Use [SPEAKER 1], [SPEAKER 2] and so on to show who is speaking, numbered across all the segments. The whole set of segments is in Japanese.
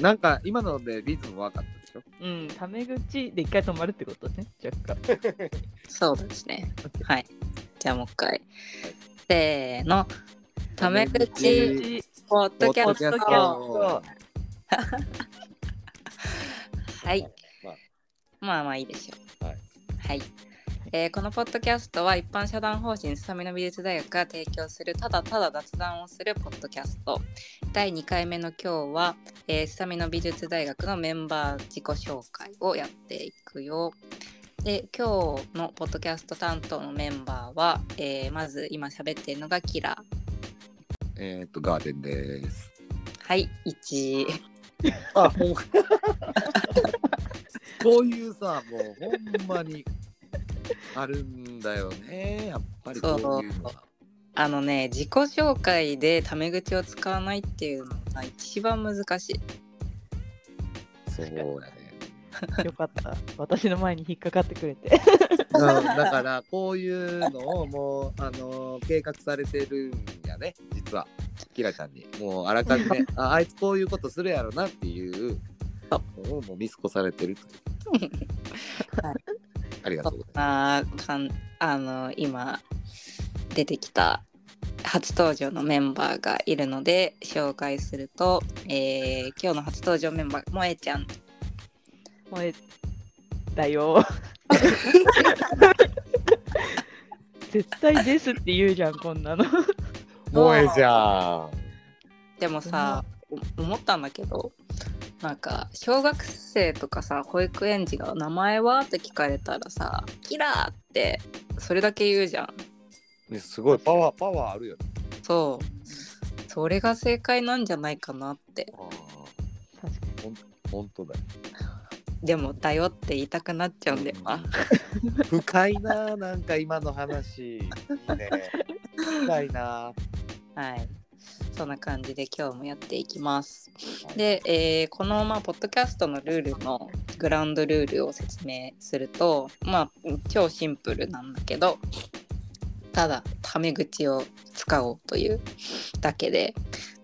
[SPEAKER 1] なんか今のでリズム分かったでしょ
[SPEAKER 2] うん、タメ口で一回止まるってことね、若干。
[SPEAKER 3] そうですね。はい。じゃあもう一回。せーの。タメ
[SPEAKER 1] え
[SPEAKER 3] 口
[SPEAKER 2] 口
[SPEAKER 3] ポッドキャ
[SPEAKER 1] ポッド
[SPEAKER 3] ス
[SPEAKER 1] キャス
[SPEAKER 3] ト。
[SPEAKER 1] ト
[SPEAKER 3] はい。
[SPEAKER 4] まあ
[SPEAKER 3] まあまあいいでしょう。
[SPEAKER 4] はい。
[SPEAKER 3] はい。えーこのポッドキャストは一般社団法人すさみの美術大学が提供するただただ雑談をするポッドキャスト第2回目の今日はえーすさみの美術大学のメンバー自己紹介をやっていくよで今日のポッドキャスト担当のメンバーは、えーまず今喋っているのがキラ
[SPEAKER 1] えーっと、ガーデンです。
[SPEAKER 3] はい1
[SPEAKER 1] あ、 もう。そういうさ、もうほんまにあるんだよね。やっぱりこういうのは。
[SPEAKER 3] あのね自己紹介でタメ口を使わないっていうのが一番難しい
[SPEAKER 1] そうやね。
[SPEAKER 2] よかった。私の前に引っかかってくれて。
[SPEAKER 1] うん、だからこういうのをもう、あのー計画されてるんやね実はキラちゃんにもうあらかじ めああいつこういうことするやろなっていうのをもう見過ごされてると いう、
[SPEAKER 3] はい
[SPEAKER 1] ありがとうございま
[SPEAKER 3] あーかんあの今出てきた初登場のメンバーがいるので紹介すると、えー今日の初登場メンバー萌えちゃん
[SPEAKER 2] 萌えだよ。 絶対ですって言うじゃん、こんなの。
[SPEAKER 4] す。萌えじゃん。
[SPEAKER 3] でもさ、お思ったんだけどなんか小学生とかさ保育園児が「名前は?」って聞かれたらさ「キラー」ってそれだけ言うじゃん
[SPEAKER 4] ね、すごいパワー、パワーあるよね。
[SPEAKER 3] そうそれが正解なんじゃないかなって
[SPEAKER 4] あ
[SPEAKER 2] 確か
[SPEAKER 4] あ、本当だよ。
[SPEAKER 3] でも「だよ」って言いたくなっちゃうんだよな、
[SPEAKER 4] 深いな、なんか今の話。いいね。深いな。
[SPEAKER 3] はい。そんな感じで今日もやっていきます。で、えーこの、まあ、ポッドキャストのルールのグラウンドルールを説明すると、まあ、超シンプルなんだけど、ただ、タメ口を使おうというだけで、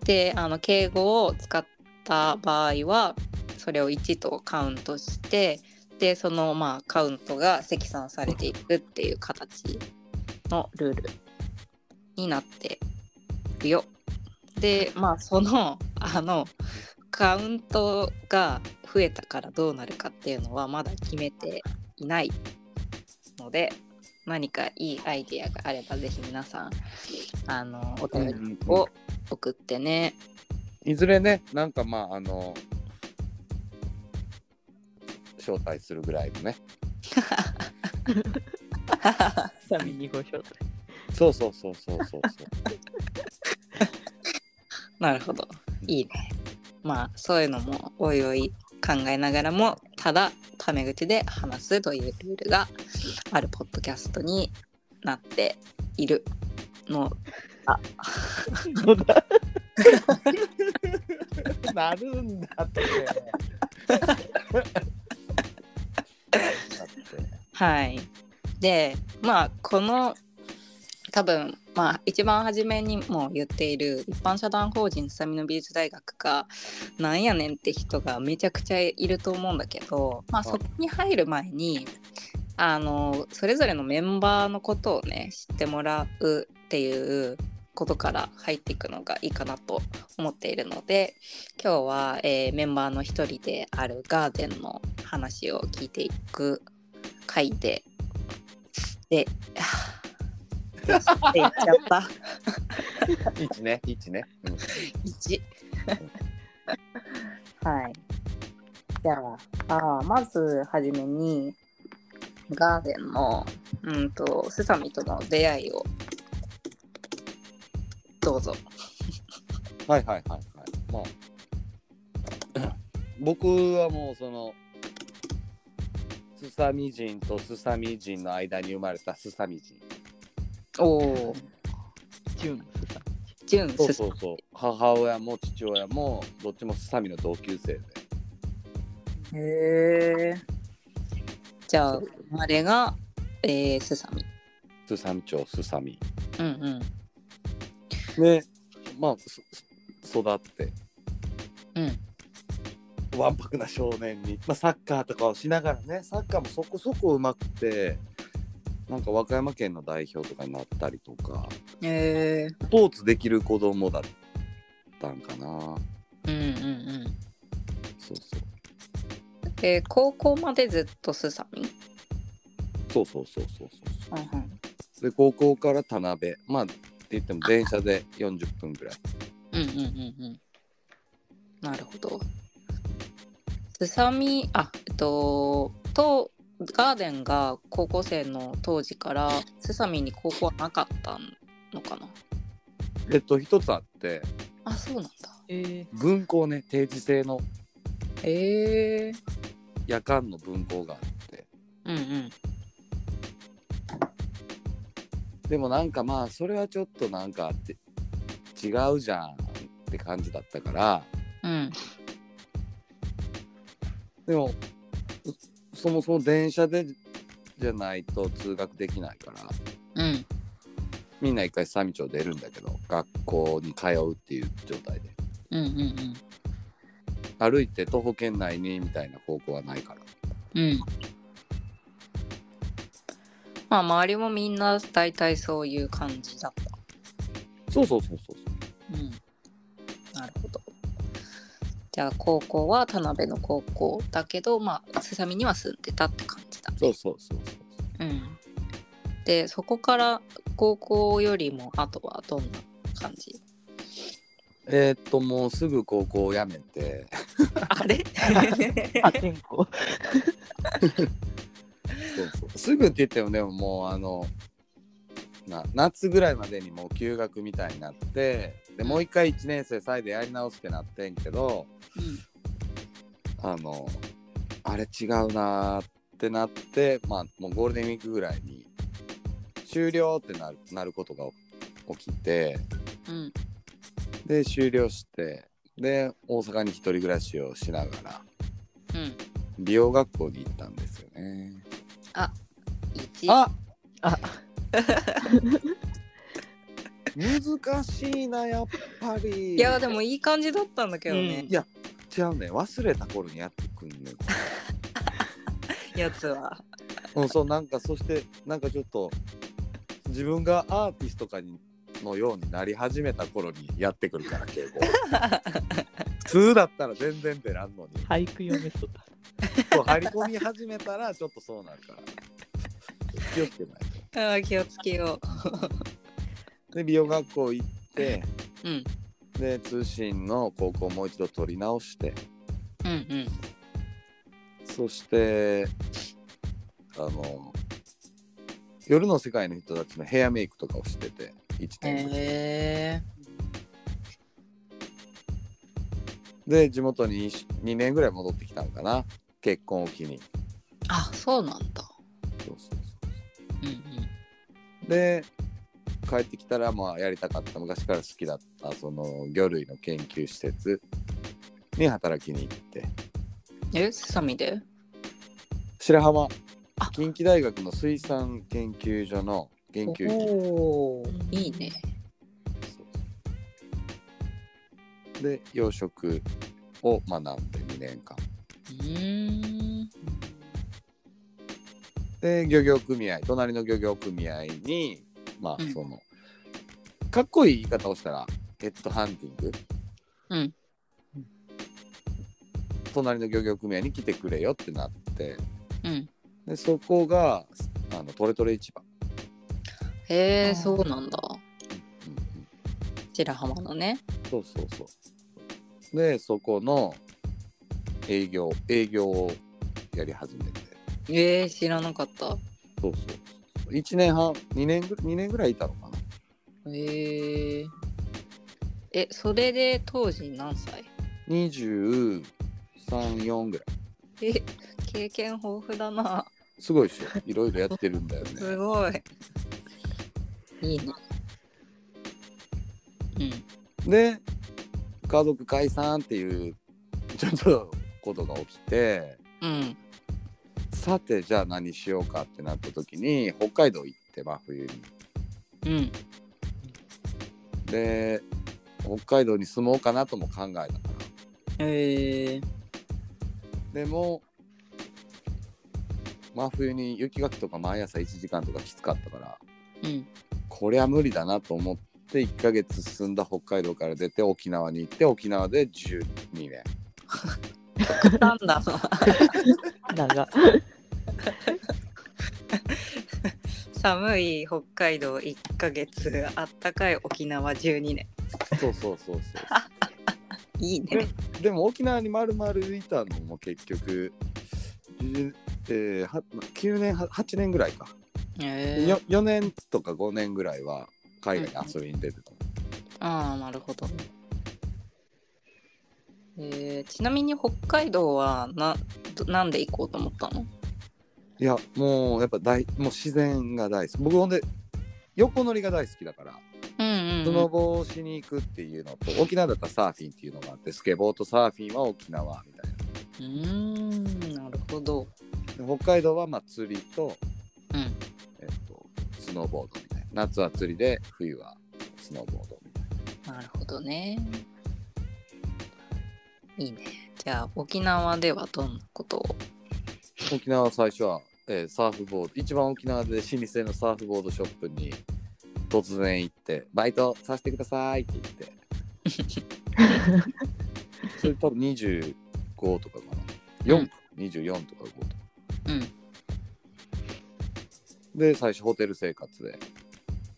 [SPEAKER 3] で、あの、敬語を使った場合は、それを1とカウントして、で、その、まあ、カウントが積算されていくっていう形のルールになっていくよ。でまあその あのカウントが増えたからどうなるかっていうのはまだ決めていないので何かいいアイディアがあればぜひ皆さんあのお
[SPEAKER 1] す、
[SPEAKER 3] 便りを送ってね。
[SPEAKER 1] いずれねなんかまああの招待するぐらいのね
[SPEAKER 2] に。ちなみにご紹介。
[SPEAKER 4] そうそうそうそうそうそう。
[SPEAKER 3] なるほどいいね。まあそういうのもおいおい考えながらもただタメ口で話すというルールがあるポッドキャストになっているの
[SPEAKER 2] どうだ
[SPEAKER 4] なるんだって。
[SPEAKER 3] はい。で、まあ、この、多分、まあ、一番初めにも言っている、一般社団法人すさみの美術大学が、なんやねんって人がめちゃくちゃいると思うんだけど、まあ、そこに入る前に、あの、それぞれのメンバーのことをね、知ってもらうっていうことから入っていくのがいいかなと思っているので、今日は、えーメンバーの一人であるガーデンの話を聞いていく回で。で、 はぁって言っちゃった。
[SPEAKER 4] 一ね、一ね。うん
[SPEAKER 3] 1。はい。じゃあ、あーまずはじめに、ガーデンの、うんと、セサミとの出会いを、どうぞ。
[SPEAKER 4] はいはいはいはい。まあ、 僕はもうその、すさみ人とすさみ人の間に生まれたすさみ人。
[SPEAKER 3] おお、
[SPEAKER 2] ジュンスさん。
[SPEAKER 3] ジュン
[SPEAKER 4] そう
[SPEAKER 3] ス
[SPEAKER 4] そうそう。母親も父親もどっちもすさみの同級生で。
[SPEAKER 3] へえ。じゃあ、
[SPEAKER 4] そ
[SPEAKER 3] 生まれが、えー、セサミ。
[SPEAKER 4] すさみ町すさみ。
[SPEAKER 3] うんうん。
[SPEAKER 4] ね、まあ、すす育って。
[SPEAKER 3] うん
[SPEAKER 4] わんぱくな少年に、まあ、サッカーとかをしながらねサッカーもそこそこうまくてなんか和歌山県の代表とかになったりとか
[SPEAKER 3] え
[SPEAKER 4] スポーツできる子供だったんかな
[SPEAKER 3] ー、うんうんうん。
[SPEAKER 4] そうそう
[SPEAKER 3] えー、高校までずっとすさみ。
[SPEAKER 4] そうそうそうそうそう
[SPEAKER 3] うんうん
[SPEAKER 4] で高校から田辺まあって言っても電車で40分ぐらい
[SPEAKER 3] うんうんうんうん。なるほど。すさみ、あ、えっと、と、ガーデンが高校生の当時から、すさみに高校はなかったのかな。
[SPEAKER 4] えっと一つあって
[SPEAKER 3] あ、そうなんだ。
[SPEAKER 2] え
[SPEAKER 4] 分校ね定時制の
[SPEAKER 3] ええ
[SPEAKER 4] 夜間の分校があって
[SPEAKER 3] うんうん。
[SPEAKER 4] でもなんかまあそれはちょっとなんかって違うじゃんって感じだったから
[SPEAKER 3] うん。
[SPEAKER 4] でもそそもそも電車でじゃないと通学できないから
[SPEAKER 3] うん。
[SPEAKER 4] みんな一回三町出るんだけど学校に通うっていう状態で
[SPEAKER 3] うんうんうん。
[SPEAKER 4] 歩いて徒歩圏内にみたいな高校はないから
[SPEAKER 3] うん。まあ、周りもみんな大体そういう感じだった。
[SPEAKER 4] そうそうそうそう
[SPEAKER 3] うん。なるほど。じゃあ、高校は田辺の高校だけど、まあ、すさみには住んでたって感じだ。
[SPEAKER 4] そうそうそうそうそう
[SPEAKER 3] うん。で、そこから高校よりも後はどんな感じ
[SPEAKER 4] えー、っともうすぐ高校を辞めて
[SPEAKER 3] あれ
[SPEAKER 2] え破天荒。
[SPEAKER 4] そうそうすぐって言ってもでももうあのな夏ぐらいまでにもう休学みたいになってでもう一回1年生再でやり直すってなってんけど
[SPEAKER 3] うん
[SPEAKER 4] あのあれ違うなーってなってまあもうゴールデンウィークぐらいに終了ってなるなることが起きて
[SPEAKER 3] うん。
[SPEAKER 4] で終了してで大阪に一人暮らしをしながら
[SPEAKER 3] うん。
[SPEAKER 4] 美容学校に行ったんですよね。
[SPEAKER 3] 一。
[SPEAKER 4] あ
[SPEAKER 2] あ、
[SPEAKER 4] 難しいなやっぱり
[SPEAKER 3] いや、でもいい感じだったんだけどね、
[SPEAKER 2] うん
[SPEAKER 4] いや違うね忘れた頃にやってくんねこ
[SPEAKER 3] やつは。
[SPEAKER 4] れうんそうなんかそしてなんかちょっと自分がアーティストかにのようになり始めた頃にやってくるから敬語普通だったら全然出らんのに
[SPEAKER 2] 俳句読めそうだ。
[SPEAKER 4] こう張り込み始めたらちょっとそうなるから気をつけない
[SPEAKER 3] ああ、気をつけよ
[SPEAKER 4] とで美容学校行って
[SPEAKER 3] う。うん。
[SPEAKER 4] で通信の高校もう一度取り直して
[SPEAKER 3] うんうん。
[SPEAKER 4] そしてあの夜の世界の人たちのヘアメイクとかをしてて1年ぐらい
[SPEAKER 3] へえ。
[SPEAKER 4] で地元に2年ぐらい戻ってきたのかな結婚を機に
[SPEAKER 3] あ、そうなんだ。
[SPEAKER 4] そうそうそ
[SPEAKER 3] うんうん。
[SPEAKER 4] うで帰ってきたらまあやりたかった昔から好きだったその魚類の研究施設に働きに行って
[SPEAKER 3] え、すさみで
[SPEAKER 4] 白浜
[SPEAKER 3] あ
[SPEAKER 4] 近畿大学の水産研究所の研究員
[SPEAKER 3] おおいいね。
[SPEAKER 4] そうで養殖を学んで2年間
[SPEAKER 3] うーん。
[SPEAKER 4] で漁業組合隣の漁業組合にまあ
[SPEAKER 3] うん
[SPEAKER 4] その、かっこいい言い方をしたらヘッドハンティング、
[SPEAKER 3] うん
[SPEAKER 4] 隣の漁業組合に来てくれよってなって
[SPEAKER 3] うん。
[SPEAKER 4] でそこがあのトレトレ市場、
[SPEAKER 3] へ
[SPEAKER 2] あ
[SPEAKER 3] え、
[SPEAKER 2] ー
[SPEAKER 3] そうなんだ。
[SPEAKER 4] うんうん、
[SPEAKER 3] 白浜のね。
[SPEAKER 4] そうそうそう。で、そこの営業、営業をやり始めて。
[SPEAKER 3] えー、知らなかった。
[SPEAKER 4] そうそう。1年半、2年ぐ二年ぐらいいたのかな。
[SPEAKER 3] へえ。え、それで当時何歳
[SPEAKER 4] 23、4ぐらい。
[SPEAKER 3] え、経験豊富だな。
[SPEAKER 4] すごいでしょ。いろいろやってるんだよ
[SPEAKER 3] す
[SPEAKER 4] ね。
[SPEAKER 3] ごい。いいな。 うん。
[SPEAKER 4] で、家族解散っていう、ちょっとことが起きて、
[SPEAKER 3] うん。
[SPEAKER 4] さて、じゃあ何しようかってなった時に、北海道行って、真冬に。
[SPEAKER 3] うん。
[SPEAKER 4] で、北海道に住もうかなとも考えたから。
[SPEAKER 3] へえ。
[SPEAKER 4] でも真冬に雪かきとか毎朝1時間とかきつかったから
[SPEAKER 3] うん
[SPEAKER 4] こりゃ無理だなと思って1ヶ月進んだ北海道から出て沖縄に行って沖縄で12年
[SPEAKER 3] なんだろう
[SPEAKER 2] 長。
[SPEAKER 3] 寒い北海道1ヶ月あったかい沖縄12年
[SPEAKER 4] そうそうそうそう
[SPEAKER 3] いいね
[SPEAKER 4] でも沖縄に丸々いたのも結局、10えーは9年は8年ぐらいか、
[SPEAKER 3] へえ
[SPEAKER 4] よ4年とか5年ぐらいは海外に遊びに出てた、
[SPEAKER 3] ああなるほど、えーちなみに北海道はなどなんで行こうと思ったの
[SPEAKER 4] いやもうやっぱ大もう自然が大好き僕ほんで横乗りが大好きだから
[SPEAKER 3] うん
[SPEAKER 4] スノボをしに行くっていうのと、沖縄だったらサーフィンっていうのがあってスケボーとサーフィンは沖縄みたいな
[SPEAKER 3] うんうんうーんなるほど
[SPEAKER 4] で北海道はまあ釣りと,、
[SPEAKER 3] うん
[SPEAKER 4] えっとスノーボードみたいな夏は釣りで冬はスノーボードみたいな
[SPEAKER 3] なるほどねいいねじゃあ沖縄ではどんなことを
[SPEAKER 4] 沖縄最初は、えーサーフボード一番沖縄で老舗のサーフボードショップに突然行って「バイトさせてください」って言ってそれ多分25とかかな4、24とか5とか
[SPEAKER 3] うん
[SPEAKER 4] で最初ホテル生活で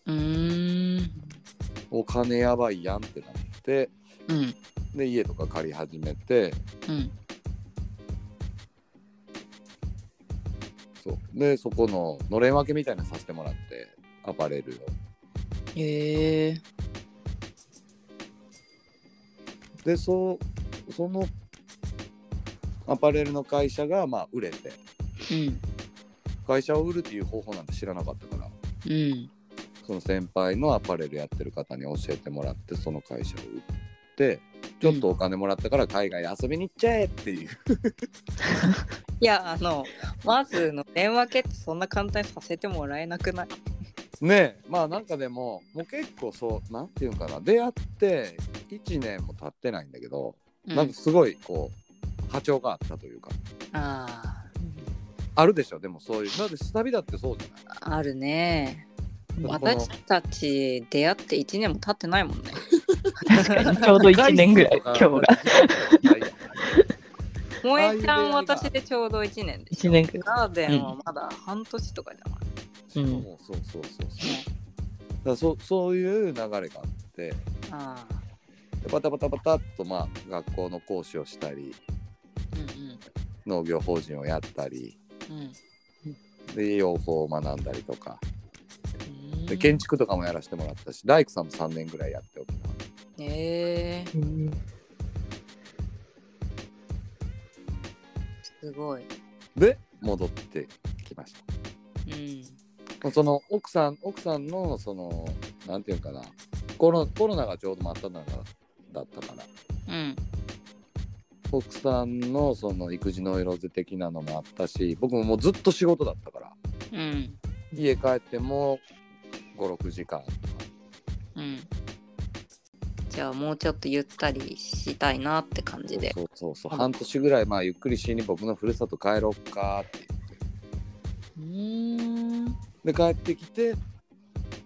[SPEAKER 3] うーん
[SPEAKER 4] お金やばいやんってなって
[SPEAKER 3] うん
[SPEAKER 4] で家とか借り始めて
[SPEAKER 3] うん
[SPEAKER 4] そうでそこののれん分けみたいなのさせてもらってアパレルを
[SPEAKER 3] へえ
[SPEAKER 4] でそうそのアパレルの会社がまあ売れて
[SPEAKER 3] うん
[SPEAKER 4] 会社を売るっていう方法なんて知らなかったから
[SPEAKER 3] うん
[SPEAKER 4] その先輩のアパレルやってる方に教えてもらってその会社を売ってちょっとお金もらったから海外遊びに行っちゃえっていう、
[SPEAKER 3] いやあのまずの電話けってそんな簡単にさせてもらえなくない
[SPEAKER 4] ねえまあなんかでももう結構そうなんていうんかな出会って1年も経ってないんだけど、なんかすごいこう波長があったというか
[SPEAKER 3] あ
[SPEAKER 4] あるでしょでもそういうだって下火だってそうじゃない
[SPEAKER 3] ああるね
[SPEAKER 4] この
[SPEAKER 3] 私たち出会って1年も経ってないもんね
[SPEAKER 2] 確かに、ちょうど1年ぐらい、 今日が。
[SPEAKER 4] が。
[SPEAKER 3] 萌えちゃ
[SPEAKER 4] ああいうん出会いが
[SPEAKER 3] 私でちょうど1年でし
[SPEAKER 2] 1年
[SPEAKER 3] ょ
[SPEAKER 2] くら
[SPEAKER 3] ガーデンはまだ半年とかじゃない、
[SPEAKER 4] そううんそうそうそうそう。だからそそういう流れがあってで
[SPEAKER 3] ああ
[SPEAKER 4] バタバタバタっとまあ学校の講師をしたり
[SPEAKER 3] うん
[SPEAKER 4] 農業法人をやったり
[SPEAKER 3] うんうん
[SPEAKER 4] で養蜂を学んだりとか
[SPEAKER 3] うん
[SPEAKER 4] で建築とかもやらせてもらったし大工さんも3年ぐらいやっておきながら
[SPEAKER 3] へえ
[SPEAKER 2] い。うん
[SPEAKER 3] すごい。
[SPEAKER 4] で戻ってきまし
[SPEAKER 3] うん。
[SPEAKER 4] たその奥さん奥さんのそのなんていうかなコロコロナがちょうど真った中だったから
[SPEAKER 3] うん。
[SPEAKER 4] 奥さんのその育児ノイローゼ的なのもあったし僕ももうずっと仕事だったから
[SPEAKER 3] うん。
[SPEAKER 4] 家帰っても56時間
[SPEAKER 3] うん。じゃあもうちょっとゆったりしたいなって感じで。
[SPEAKER 4] そうそうそう半年ぐらいまあゆっくりしに僕のふるさと帰ろうかって
[SPEAKER 3] うーん。
[SPEAKER 4] で帰ってきて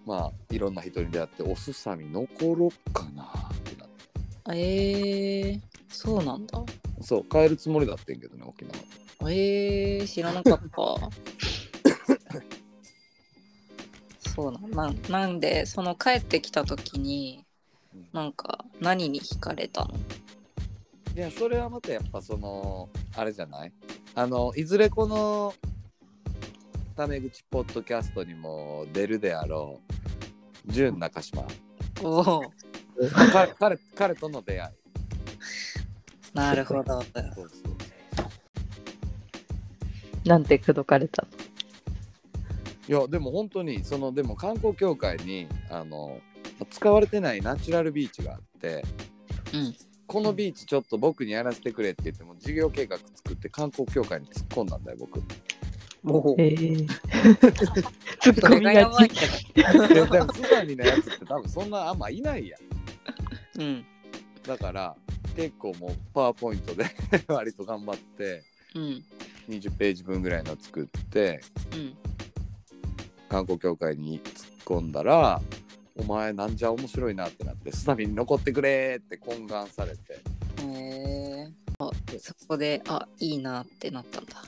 [SPEAKER 4] まあいろんな人に出会っておすさみ残ろっかなってなって
[SPEAKER 3] えー、そうなんだ。
[SPEAKER 4] そう帰るつもりだってんけどね沖縄
[SPEAKER 3] えー、知らなかった。そうなんなんなんでその帰ってきた時になんか何に惹かれたの
[SPEAKER 4] いやそれはまたやっぱそのあれじゃないあのいずれこのタメ口ポッドキャストにも出るであろう純中島
[SPEAKER 3] おお
[SPEAKER 4] 彼彼彼との出会い
[SPEAKER 3] なるほ
[SPEAKER 4] そ
[SPEAKER 3] ど。
[SPEAKER 4] うそう
[SPEAKER 2] なんて口説かれたの
[SPEAKER 4] いやでも本当にそのでも観光協会にあの使われてないナチュラルビーチがあって
[SPEAKER 3] うん。
[SPEAKER 4] このビーチちょっと僕にやらせてくれって言っても事業計画作って観光協会に突っ込んだんだよ 僕
[SPEAKER 3] も
[SPEAKER 2] えー。 ツッ
[SPEAKER 3] そ
[SPEAKER 2] コ
[SPEAKER 3] れ
[SPEAKER 2] ミ
[SPEAKER 3] が
[SPEAKER 2] が
[SPEAKER 3] やばい
[SPEAKER 2] ち。
[SPEAKER 3] けど。
[SPEAKER 4] いやでもスザニのやつって多分そんなあんまいないやん
[SPEAKER 3] うん。
[SPEAKER 4] だから結構もうパワーポイントで割と頑張って
[SPEAKER 3] うん
[SPEAKER 4] 20ページ分ぐらいの作って
[SPEAKER 3] うん
[SPEAKER 4] 観光協会に突っ込んだら「お前なんじゃ面白いな」ってなって「スタビに残ってくれ」って懇願されて
[SPEAKER 3] へえあそこであいいなってなったんだ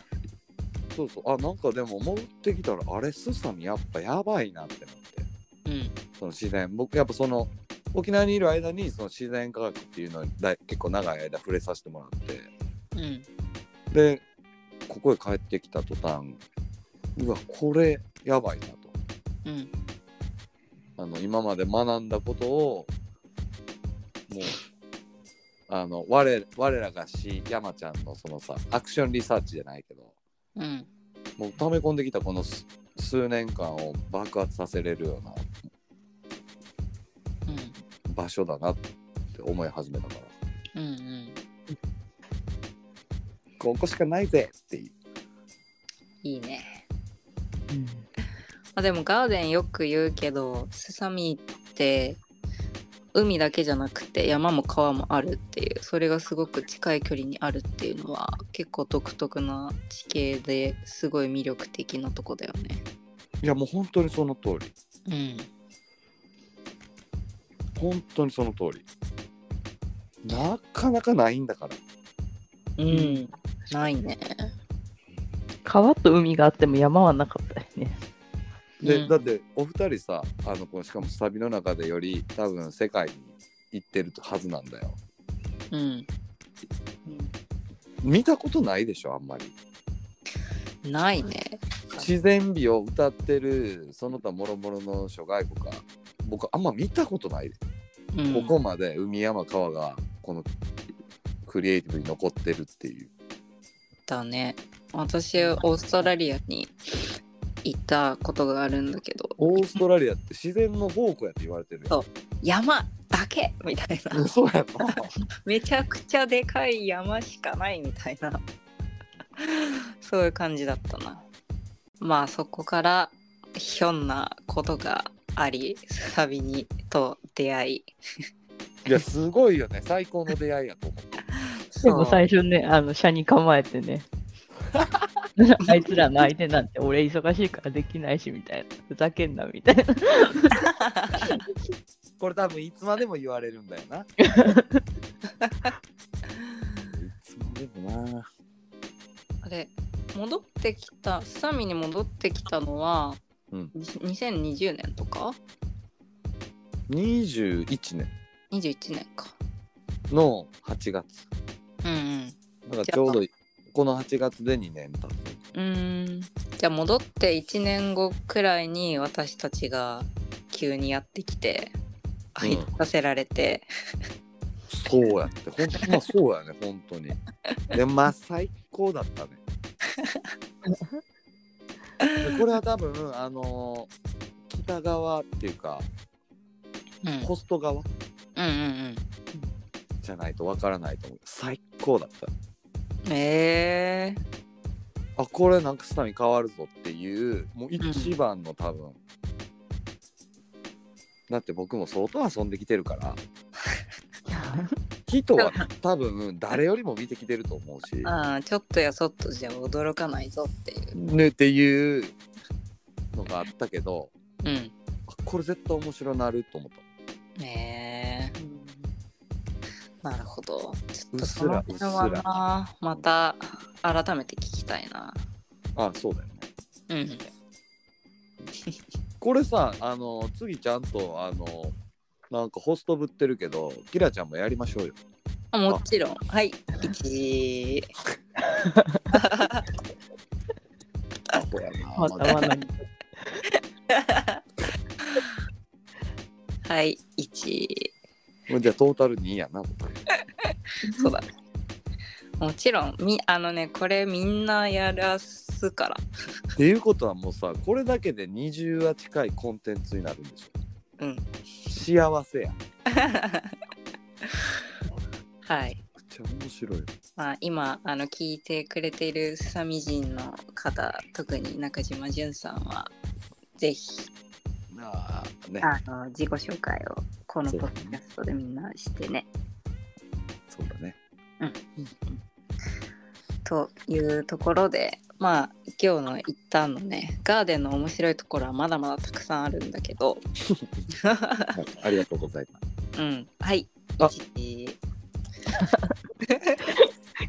[SPEAKER 4] そうそうあなんかでも戻ってきたらあれスサミやっぱやばいなってなって
[SPEAKER 3] うん
[SPEAKER 4] その自然僕やっぱその沖縄にいる間にその自然科学っていうのにだい結構長い間触れさせてもらって
[SPEAKER 3] うん
[SPEAKER 4] でここへ帰ってきた途端うわこれやばいなと
[SPEAKER 3] うん
[SPEAKER 4] あの今まで学んだことをもうあの我我らがし山ちゃんのそのさアクションリサーチじゃないけど
[SPEAKER 3] うん
[SPEAKER 4] もう溜め込んできたこの数数年間を爆発させれるような
[SPEAKER 3] うん
[SPEAKER 4] 場所だなって思い始めたから
[SPEAKER 3] うんうん
[SPEAKER 4] ここしかないぜっていう
[SPEAKER 3] いいねまあでもガーデンよく言うけどスサミって海だけじゃなくて山も川もあるっていうそれがすごく近い距離にあるっていうのは結構独特な地形ですごい魅力的なとこだよね。
[SPEAKER 4] いやもう本当にその通り
[SPEAKER 3] うん
[SPEAKER 4] 本当にその通りなかなかないんだから
[SPEAKER 3] うん、ないね。
[SPEAKER 2] 川と海があっても山はなかったよね。
[SPEAKER 4] で、
[SPEAKER 3] うん
[SPEAKER 4] だってお二人さあのこうしかもサビの中でより多分世界に行ってるはずなんだよ
[SPEAKER 3] うん、
[SPEAKER 4] 見たことないでしょあんまり
[SPEAKER 3] ないね。
[SPEAKER 4] 自然美を歌ってるその他諸々の諸外国か僕あんま見たことない、
[SPEAKER 3] うん、
[SPEAKER 4] ここまで海山川がこのクリエイティブに残ってるっていう
[SPEAKER 3] だね。私オーストラリアに行ったことがあるんだけど、
[SPEAKER 4] オーストラリアって自然の宝庫やって言われてるよ
[SPEAKER 3] 山だけみたいな。
[SPEAKER 4] そうやな
[SPEAKER 3] めちゃくちゃでかい山しかないみたいな そういう感じだったなまあそこからひょんなことがありスサビにと出会い
[SPEAKER 4] いやすごいよね最高の出会いやと思って
[SPEAKER 2] でも最初ね、あの、車に構えて ね。あいつらの相手なんて俺忙しいからできないしみたいな。ふざけんなみたいな。
[SPEAKER 4] これ多分いつまでも言われるんだよないつまでもな
[SPEAKER 3] あれ戻ってきたスサビに戻ってきたの
[SPEAKER 4] う
[SPEAKER 3] は、
[SPEAKER 4] ん
[SPEAKER 3] に2020年とか
[SPEAKER 4] 21年
[SPEAKER 3] 21年か
[SPEAKER 4] の8月
[SPEAKER 3] うんうん
[SPEAKER 4] なんかちょうどこの8月で2年経つ
[SPEAKER 3] うーんじゃあ戻って1年後くらいに私たちが急にやってきて
[SPEAKER 4] うん
[SPEAKER 3] 入らせられて、
[SPEAKER 4] そうやって、本当まあそうやね、本当に。で、まあ最高だったね。でこれは多分、あのー北側っていうか、
[SPEAKER 3] うん、うん
[SPEAKER 4] コスト側
[SPEAKER 3] うん
[SPEAKER 4] じゃないとわからないと思う。最高だった。
[SPEAKER 3] うんえー、
[SPEAKER 4] あ、これなんかスタミ変わるぞっていう、もう一番の多分。だって僕も相当遊んできてるから、人は多分誰よりも見てきてると思うし。
[SPEAKER 3] ああちょっとやそっとじゃ驚かないぞっていう
[SPEAKER 4] ねっていうのがあったけど
[SPEAKER 3] う
[SPEAKER 4] あこれ絶対面白なると思った
[SPEAKER 3] んえー、なるほどちょっ
[SPEAKER 4] うっ
[SPEAKER 3] と
[SPEAKER 4] す
[SPEAKER 3] そ
[SPEAKER 4] ら
[SPEAKER 3] の辺は
[SPEAKER 4] うっす
[SPEAKER 3] なまた改めて聞きたいな
[SPEAKER 4] あそうだよね
[SPEAKER 3] うん
[SPEAKER 4] これさあの次ちゃんとあのなんかホストぶってるけどキラちゃんもやりましょうよ
[SPEAKER 3] あもちろんはい1
[SPEAKER 4] あほやな
[SPEAKER 2] またまだ。
[SPEAKER 3] はい1
[SPEAKER 4] もうじゃあトータル2やな僕
[SPEAKER 3] そうだね。もちろんみあのねこれみんなやらすから
[SPEAKER 4] っていうことはもうさこれだけで20は近いコンテンツになるんでしょ
[SPEAKER 3] うん
[SPEAKER 4] 幸せやめ
[SPEAKER 3] はい、
[SPEAKER 4] ちゃ面白いよ
[SPEAKER 3] まあ、今あの聞いてくれているすさみ人の方特に中島淳さんはぜひ
[SPEAKER 4] なあね
[SPEAKER 3] あの自己紹介をこの
[SPEAKER 4] そう
[SPEAKER 3] ポ
[SPEAKER 4] だ
[SPEAKER 3] ッ
[SPEAKER 4] ね
[SPEAKER 3] ドキャストでみんなしてね
[SPEAKER 4] そうだね
[SPEAKER 3] というところでまあ今日の一旦のねガーデンの面白いところはまだまだたくさんあるんだけど
[SPEAKER 4] はい、ありがとうございます。
[SPEAKER 3] うんはい
[SPEAKER 4] あ
[SPEAKER 3] 1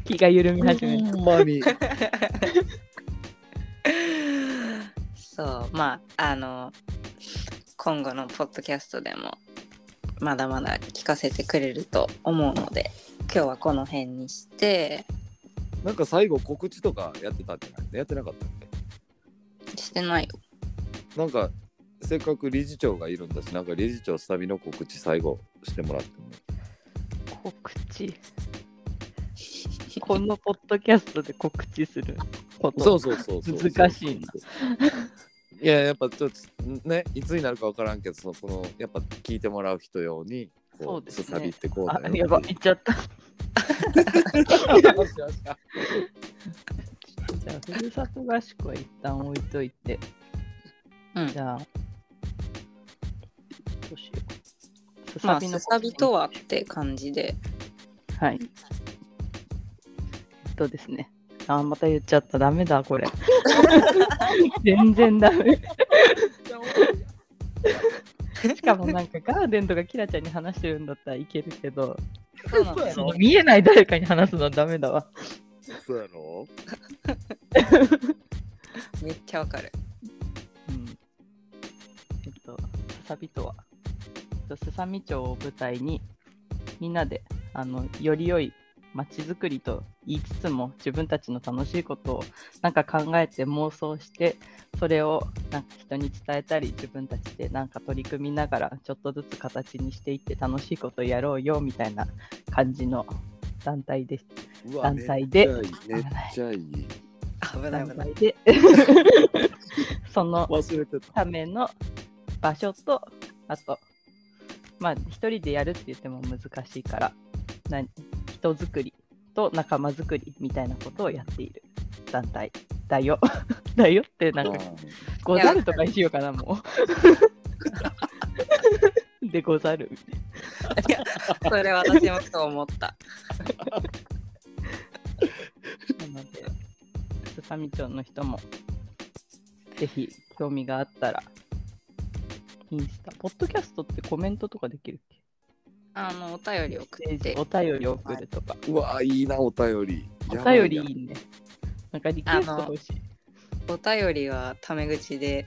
[SPEAKER 2] 気が緩み始める。
[SPEAKER 4] ほんまに。
[SPEAKER 3] そうまああの今後のポッドキャストでもまだまだ聞かせてくれると思うので今日はこの辺にして
[SPEAKER 4] なんか最後告知とかやってたんじゃないやってなかったっけ
[SPEAKER 3] してないよ
[SPEAKER 4] なんかせっかく理事長がいるんだし、なんか理事長スタビの告知最後してもらっても。
[SPEAKER 2] 告知。このポッドキャストで告知すること。
[SPEAKER 4] そうそうそうそうそう。
[SPEAKER 2] 難しいな。
[SPEAKER 4] いや、やっぱちょっとね、いつになるかわからんけど、そのこのやっぱ聞いてもらう人用に、
[SPEAKER 2] そ
[SPEAKER 4] こ
[SPEAKER 2] うで
[SPEAKER 4] う、
[SPEAKER 2] すね
[SPEAKER 4] スタビってこうだ
[SPEAKER 2] あ、
[SPEAKER 4] よ
[SPEAKER 2] やば、言っちゃった。
[SPEAKER 4] よしよし
[SPEAKER 2] じゃあ、ふるさと合宿は一旦置いといて、
[SPEAKER 3] うん
[SPEAKER 2] じゃあ、どうしよう。
[SPEAKER 3] まあすさびと
[SPEAKER 2] は。
[SPEAKER 3] はって感じで
[SPEAKER 2] はい。えっとですね。あ、また言っちゃった。ダメだ、 これ。全然ダメ。しかもなんかガーデンとかキラちゃんに話してるんだったらいけるけど、
[SPEAKER 3] そうなんだよ
[SPEAKER 2] その見えない誰かに話すのはダメだわ。
[SPEAKER 4] そうやろ
[SPEAKER 3] めっちゃわかる
[SPEAKER 2] うんえっと、ささびとは、えっとすさみ町を舞台に、みんなであのより良い街づくりと言いつつも、自分たちの楽しいことをなんか考えて妄想して、それをなんか人に伝えたり、自分たちでなんか取り組みながら、ちょっとずつ形にしていって、楽しいことやろうよみたいな感じの団体です。
[SPEAKER 4] うわ
[SPEAKER 2] 団体で
[SPEAKER 4] めっちゃいいめっちゃいい。
[SPEAKER 3] 危ない
[SPEAKER 2] 団
[SPEAKER 3] 危ない
[SPEAKER 2] 体で、 その
[SPEAKER 4] 忘れてた。
[SPEAKER 2] ための場所とあとまあ一人でやるって言っても難しいからな人づくりと仲間づくりみたいなことをやっている団体だよ だよってなんか「ござる」とかにしようかなもう。 でござるみたいない
[SPEAKER 3] やそれ私もそう思った
[SPEAKER 2] なのですさみ町の人もぜひ興味があったらインスタポッドキャストってコメントとかできるっけ
[SPEAKER 3] あのお便り送って
[SPEAKER 2] お便り送るとか
[SPEAKER 4] うんうわ、いいな、お便り。
[SPEAKER 2] お
[SPEAKER 4] やばいな
[SPEAKER 2] 便りいいね。なんかリクエスト欲しい。
[SPEAKER 3] お便りはタメ口で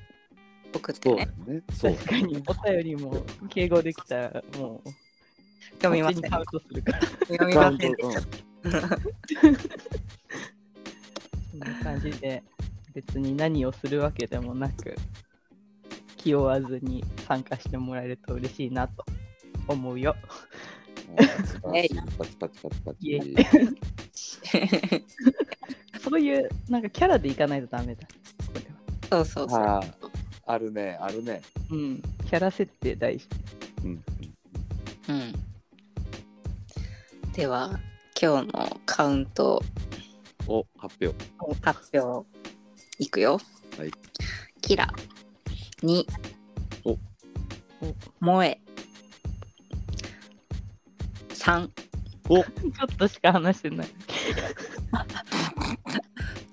[SPEAKER 3] 送って
[SPEAKER 4] そうだ
[SPEAKER 3] ね
[SPEAKER 4] よね。そう。
[SPEAKER 2] 確か にお便りも敬語できたらもう
[SPEAKER 3] 読みません
[SPEAKER 2] 勝手にカウントするから。
[SPEAKER 3] 読み
[SPEAKER 4] カ
[SPEAKER 3] ま
[SPEAKER 4] ウン
[SPEAKER 3] せん
[SPEAKER 4] ト
[SPEAKER 3] でした
[SPEAKER 2] そんな感じで別に何をするわけでもなく気負わずに参加してもらえると嬉しいなと思うよ。
[SPEAKER 4] うん
[SPEAKER 3] えい
[SPEAKER 4] パチパチパチパ
[SPEAKER 2] イエ
[SPEAKER 4] チ
[SPEAKER 2] イ。そういうなんかキャラでいかないとダメだ。これは。
[SPEAKER 3] そうそうそう
[SPEAKER 4] あーあるね、あるね。
[SPEAKER 2] うん。キャラ設定大事。
[SPEAKER 4] うん。
[SPEAKER 3] うんでは今日のカウント
[SPEAKER 4] お、発表。
[SPEAKER 3] 発表いくよ。
[SPEAKER 4] はい
[SPEAKER 3] キラ2
[SPEAKER 4] お
[SPEAKER 3] 萌え3
[SPEAKER 2] ちょっとしか話してない。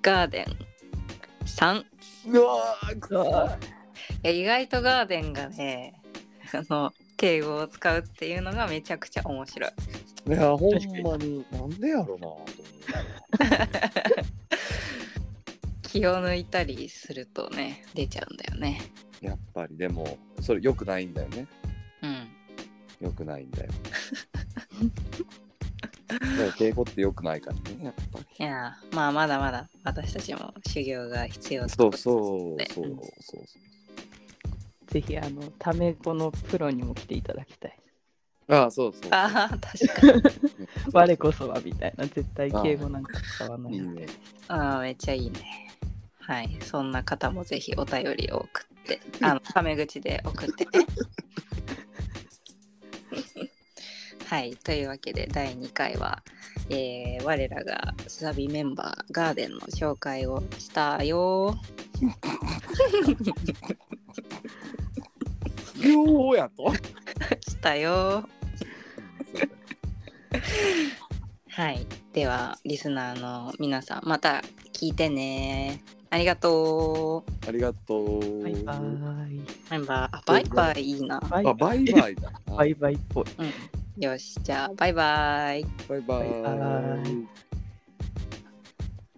[SPEAKER 3] ガーデン3いう
[SPEAKER 4] わー、くそ
[SPEAKER 3] や意外とガーデンがねあの敬語を使うっていうのがめちゃくちゃ面白い。
[SPEAKER 4] いや、ほんまに、なんでやろなと思
[SPEAKER 3] 気を抜いたりするとね出ちゃうんだよね。
[SPEAKER 4] う。やっぱり、でも、それ良くないんだよね。
[SPEAKER 3] うん
[SPEAKER 4] 良くないんだよ。だから敬語って良くないからね、やっぱり。
[SPEAKER 3] いやまあまだまだ私たちも修行が必要だ
[SPEAKER 4] そうそうそうそうそう。
[SPEAKER 2] ぜひあのタメ語のプロにも来ていただきたい。
[SPEAKER 4] ああ、そうそう。
[SPEAKER 3] ああ確か に
[SPEAKER 2] 我こそはみたいな絶対敬語なんか使わない
[SPEAKER 4] い
[SPEAKER 2] い。
[SPEAKER 4] ね。
[SPEAKER 3] ああめっちゃいいねはいそんな方もぜひお便りを送ってあのタメ口で送ってね はいというわけで第2回は、えー我らがスサビメンバーガーデンの紹介をしたよ
[SPEAKER 4] ようやと。
[SPEAKER 3] したよ
[SPEAKER 4] そうだよ
[SPEAKER 3] はい。では、リスナーの皆さん、また聞いてね。ありがとう。
[SPEAKER 4] ありがとう。
[SPEAKER 2] バイバイ。
[SPEAKER 3] バイバイ。あ、バイバイいいな。
[SPEAKER 2] バ
[SPEAKER 4] あ、バイバイだ。
[SPEAKER 2] バイバイっぽい。
[SPEAKER 3] よし、じゃあ、バイバイ。
[SPEAKER 4] バイバ
[SPEAKER 2] バイバ
[SPEAKER 4] イ
[SPEAKER 2] イ。